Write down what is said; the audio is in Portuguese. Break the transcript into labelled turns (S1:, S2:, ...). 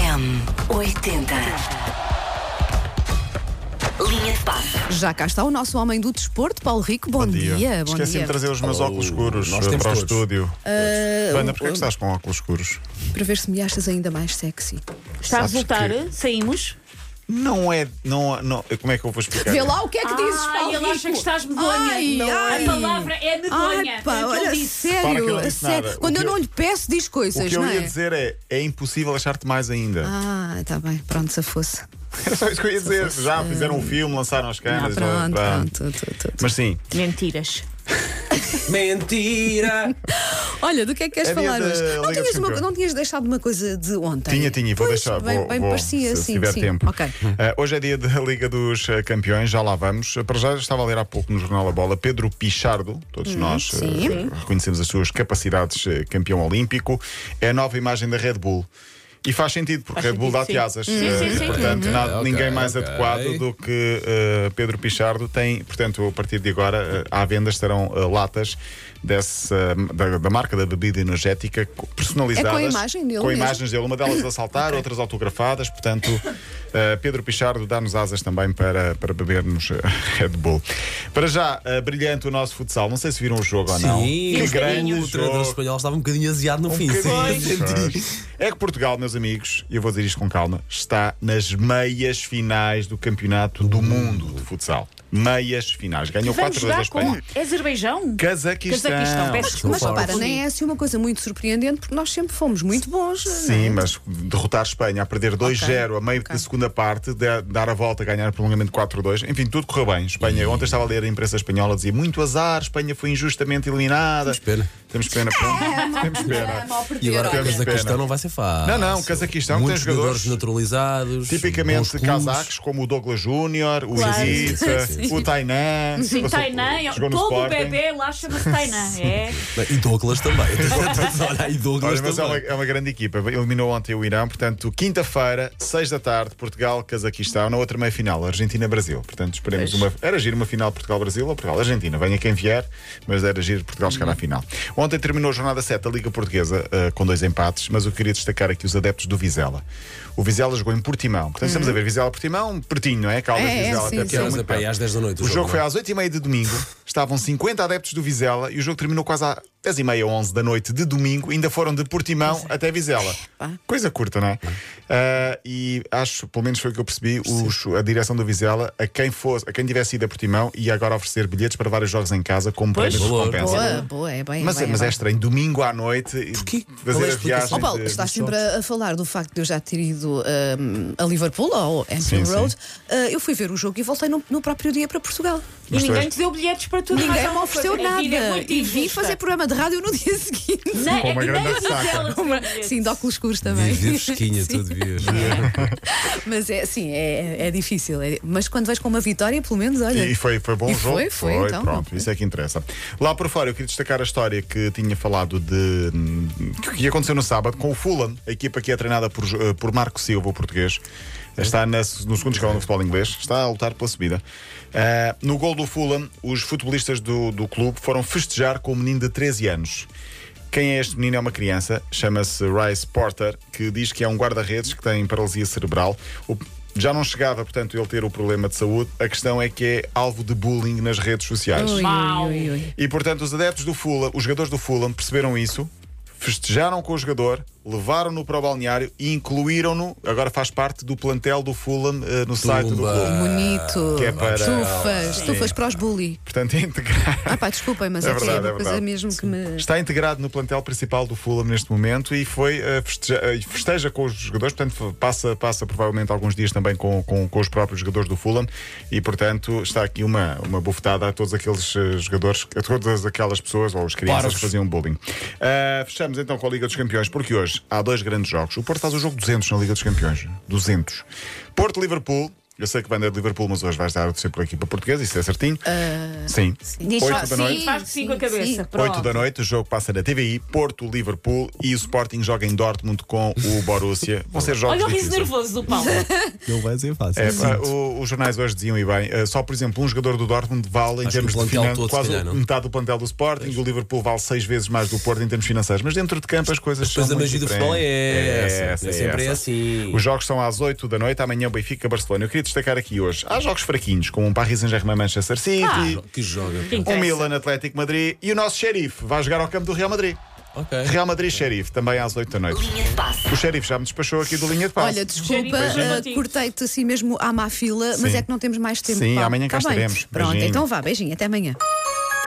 S1: M80. Linha de passe.
S2: Já cá está o nosso homem do desporto, Paulo Rico. Bom, dia. bom
S3: Esqueci
S2: dia.
S3: de trazer os meus
S4: Oh,
S3: óculos escuros
S4: nós
S3: eh,
S4: temos
S3: para o
S4: todos.
S3: estúdio.
S2: Ah,
S3: Ana, porquê é
S2: o-
S3: que estás com óculos escuros?
S2: Para ver se me achas ainda mais sexy.
S5: Está a
S3: Sabes
S5: resultar?
S3: que-
S5: Saímos?
S3: Não é. Não, não, como é que eu vou explicar?
S2: Vê lá o que é que dizes, Paulo
S5: ele
S2: Rico.
S5: acha que estás medonha.
S2: Ai,
S5: Não é.
S2: ai.
S5: A palavra é medonha.
S2: Ai, pá,
S5: Foi o que ele
S2: olha,
S5: disse.
S2: sério,
S3: Para que eu não
S2: a
S3: disse
S2: sério.
S3: nada. O
S2: Quando
S3: que
S2: eu
S3: eu-
S2: não lhe peço, diz
S3: O
S2: coisas,
S3: que eu
S2: não é?
S3: ia dizer é: é impossível achar-te mais ainda.
S2: Ah, está bem, pronto, se fosse.
S3: Era só isso que eu ia dizer. Já fizeram um filme, lançaram as
S2: Ah,
S3: canas.
S2: pronto,
S3: blá, blá.
S2: pronto, tudo, tudo.
S3: Mas sim,
S5: Mentiras.
S4: Mentira!
S2: Olha, do que é que queres
S3: É dia
S2: falar
S3: da
S2: hoje? Não
S3: Liga
S2: tinhas,
S3: dos
S2: uma-
S3: Campeões.
S2: não tinhas deixado uma coisa de ontem?
S3: tinha, tinha, vou
S2: Pois,
S3: deixar.
S2: Bem,
S3: vou,
S2: bem
S3: vou,
S2: parecia,
S3: se
S2: sim,
S3: tiver
S2: sim.
S3: tempo.
S2: Ok.
S3: Eh, hoje é dia da Liga dos eh, Campeões, já lá vamos. Eh, Para já estava a ler há pouco no Jornal da Bola Pedro Pichardo, todos nós eh,
S2: Hum, sim.
S3: reconhecemos as suas capacidades eh, campeão olímpico, é a nova imagem da Red Bull. E faz sentido, porque Red Bull
S5: sentido,
S3: dá-te
S5: Ah, sim.
S3: asas.
S5: Sim,
S3: eh,
S5: sim, Uhum. sim.
S3: Portanto, nada,
S4: ok,
S3: ninguém mais
S4: ok.
S3: adequado do que eh, Pedro Pichardo tem. Portanto, a partir de agora, eh, à venda estarão eh, latas dessa, da, da marca da bebida energética co- personalizadas.
S2: É imagem dele
S3: Com a
S2: mesmo?
S3: imagens dele. Uma delas a saltar, outras autografadas. Portanto, eh, Pedro Pichardo dá-nos asas também para, para bebermos eh, Red Bull. Para já, eh, brilhante o nosso futsal. Não sei se viram o jogo ou não.
S4: Sim,
S3: que grande
S4: o treinador- o treinador
S3: jogo.
S4: espanhol estava um bocadinho aziado no fim.
S3: Pois.
S4: Sim, senti.
S3: É que Portugal, meus amigos, e eu vou dizer isto com calma, está nas meias finais do Campeonato do Mundo de Futsal. Meias finais. Ganhou
S5: Vamos
S3: 4-2 a
S5: jogar com
S3: Espanha.
S5: Azerbaijão?
S3: Cazaquistão.
S5: Cazaquistão, peço
S2: Mas,
S5: desculpa.
S2: mas repara, nem é assim uma coisa muito surpreendente, porque nós sempre fomos muito bons. não é?
S3: Sim, mas derrotar a Espanha, a perder 2-0 a meio da segunda parte, de- dar a volta, ganhar prolongamento 4-2, enfim, tudo correu bem. Espanha, ontem estava a ler a imprensa espanhola, dizia muito azar, Espanha foi injustamente eliminada.
S4: Temos pena.
S3: Temos pena.
S5: É,
S3: pronto. Temos pena.
S4: E
S3: Temos
S4: agora temos a
S3: pena.
S4: questão não vai ser fácil.
S3: Não, não, o Cazaquistão
S4: Muitos
S3: tem jogadores
S4: naturalizados. bons
S3: Tipicamente
S4: clubes.
S3: casacos como o Douglas Júnior, o
S5: Claro.
S3: Iniesta,
S4: Sim, sim,
S3: o Tainan.
S5: Sim,
S3: passou-
S5: Tainã.
S3: jogou no
S5: Todo o
S3: Sporting.
S5: bebê lá chama-se Tainã. É.
S4: Bem, E Douglas também. Olha, e Douglas
S3: Olha, mas é uma,
S4: também.
S3: é uma grande equipa. Eliminou ontem o Irão, portanto, quinta-feira, 6 da tarde, Portugal, Cazaquistão, na outra meia final, Argentina-Brasil. Portanto, esperemos uma. Era giro uma final Portugal-Brasil ou Portugal-Argentina, venha quem vier, mas era giro Portugal chegar à
S2: Uhum.
S3: final. Ontem terminou a jornada 7 da Liga Portuguesa eh, com dois empates, mas eu queria destacar aqui os adeptos do Vizela. O Vizela jogou em Portimão. Portanto, estamos a ver Vizela-Portimão, pertinho, não é? Caldas,
S2: Hum. É, é,
S3: Vizela,
S2: sim,
S3: até
S2: sim.
S4: Que horas
S3: Portimão, muito
S4: é, pá, aí
S3: perto.
S4: às 10 da noite.
S3: O jogo foi
S4: não é?
S3: às 8h30 de domingo, estavam 50 adeptos do Vizela e o jogo terminou quase às 10h30 ou 11 da noite de domingo, ainda foram de Portimão
S2: é.
S3: até Vizela. Coisa curta, não é?
S2: Hum.
S3: Ah, e acho, pelo menos foi o que eu percebi, os- a direção do Vizela, a quem, fosse, a quem tivesse ido a Portimão e agora oferecer bilhetes para vários jogos em casa como prémio de
S4: Boa,
S3: recompensa.
S2: Boa, boa, é bem.
S3: Mas,
S2: é, bem,
S3: mas
S2: é
S3: é
S2: bem.
S3: estranho, domingo à noite e
S4: Porquê? Qual é
S3: fazer
S4: a
S3: a viagem.
S4: explicação?
S2: Ó Paulo,
S3: de-
S2: estás
S3: dos jogos.
S2: sempre a, a falar do facto de eu já ter ido hum, a Liverpool ou
S3: Sim,
S2: Anfield
S3: sim.
S2: Road. Ah, eu fui ver o jogo e voltei no, no próprio dia para Portugal.
S5: E
S3: tu
S5: ninguém
S3: és-
S5: te deu bilhetes para tudo.
S2: Ninguém
S5: mais
S2: me
S5: alguma
S2: ofereceu
S5: coisa. A
S2: nada.
S5: vida é muito
S2: e vim
S5: injusta.
S2: fazer programa de rádio no dia seguinte.
S5: Não,
S3: Com uma
S5: é que
S3: grande
S5: nem a vida
S3: ressaca.
S5: dela tem
S2: Uma-
S5: bilhetes.
S2: sim, de óculos escuros também.
S4: Devia ver fresquinha, tu devias.
S2: Mas é assim, é, é difícil. é- mas quando vais com uma vitória, pelo menos, olha.
S3: E foi, foi bom
S2: E
S3: o jogo?
S2: foi, foi, então.
S3: Pronto, isso é que interessa. Lá por fora, eu queria destacar a história que tinha falado de. hum, que aconteceu no sábado com o Fulham, a equipa que é treinada por, eh, por Marco Silva, o português. Está na- no segundo escalão do futebol inglês, está a lutar pela subida. Ah, no gol do Fulham, os futebolistas do, do clube foram festejar com um menino de 13 anos. Quem é este menino? É uma criança, chama-se Rice Porter, que diz que é um guarda-redes que tem paralisia cerebral. O- já não chegava, portanto, ele ter o problema de saúde. A questão é que é alvo de bullying nas redes sociais.
S2: Ui,
S5: Mau.
S2: ui, ui, ui.
S3: E, portanto, os adeptos do Fulham, os jogadores do Fulham, perceberam isso, festejaram com o jogador, levaram-no para o balneário e incluíram-no. Agora faz parte do plantel do Fulham eh, no site do
S4: Pumba.
S3: clube.
S2: Bonito.
S3: que é para-
S2: Tufas, tufas para os bully.
S3: Portanto, é integrar.
S2: Ah, pá, desculpem, mas
S3: É
S2: é, que
S3: verdade,
S2: é
S3: é
S2: uma coisa
S3: verdade.
S2: mesmo que me.
S3: Está integrado no plantel principal do Fulham neste momento e foi eh, festeja, eh, festeja com os jogadores, portanto passa, passa provavelmente alguns dias também com, com, com os próprios jogadores do Fulham e portanto está aqui uma, uma bufetada a todos aqueles eh, jogadores, a todas aquelas pessoas ou as crianças
S4: Parvos.
S3: que faziam bullying. Ah, fechamos então com a Liga dos Campeões porque hoje há dois grandes jogos. O Porto faz o jogo 200 na Liga dos Campeões. 200. Porto-Liverpool Eu sei que vai andar de Liverpool, mas hoje vais dar sempre aqui para portuguesa, isso é certinho. sim.
S5: Eh, Diz
S3: Oito
S5: só
S3: da
S5: sim,
S3: noite.
S5: faz que sim com a
S2: Sim,
S5: cabeça.
S2: sim.
S5: Pronto.
S3: 8 da noite, o jogo passa na TVI, Porto, Liverpool e o Sporting joga em Dortmund com o Borussia. Vão ser jogos
S5: Olha o riso
S3: difíceis.
S5: nervoso do Paulo.
S4: Não vai ser fácil.
S3: É, pá,
S4: Sim.
S3: o- os jornais hoje diziam e bem, eh, só por exemplo, um jogador do Dortmund vale em
S4: Acho
S3: termos
S4: que o
S3: de
S4: plantel
S3: finan-
S4: todo, se
S3: quase
S4: calhar, não?
S3: metade do plantel do Sporting, o Liverpool vale seis vezes mais do Porto em termos financeiros, mas dentro de campo as coisas
S4: Mas
S3: são
S4: a
S3: muito
S4: magia do futebol é,
S3: diferentes.
S4: essa. é sempre é assim.
S3: Os jogos são às 8 da noite, amanhã Benfica Barcelona. Eu queria destacar aqui hoje. Há jogos fraquinhos, como um Paris Saint-Germain Manchester City,
S4: Que joga.
S5: Sim.
S3: um
S5: interessa.
S3: Milan Atlético Madrid e o nosso xerife vai jogar ao campo do Real Madrid.
S4: Ok.
S3: Real Madrid xerife, também às 8 da noite.
S1: Linha de passe.
S3: O xerife já me despachou aqui do linha de passe.
S2: Olha, desculpa,
S5: Beijinho.
S2: eh,
S5: Beijinho.
S2: cortei-te assim mesmo à má fila, mas
S3: Sim.
S2: é que não temos mais tempo.
S3: Sim,
S2: Paulo.
S3: amanhã cá
S2: Tá bem.
S3: estaremos.
S2: Pronto,
S3: Beijinho.
S2: então vá, beijinho, até amanhã.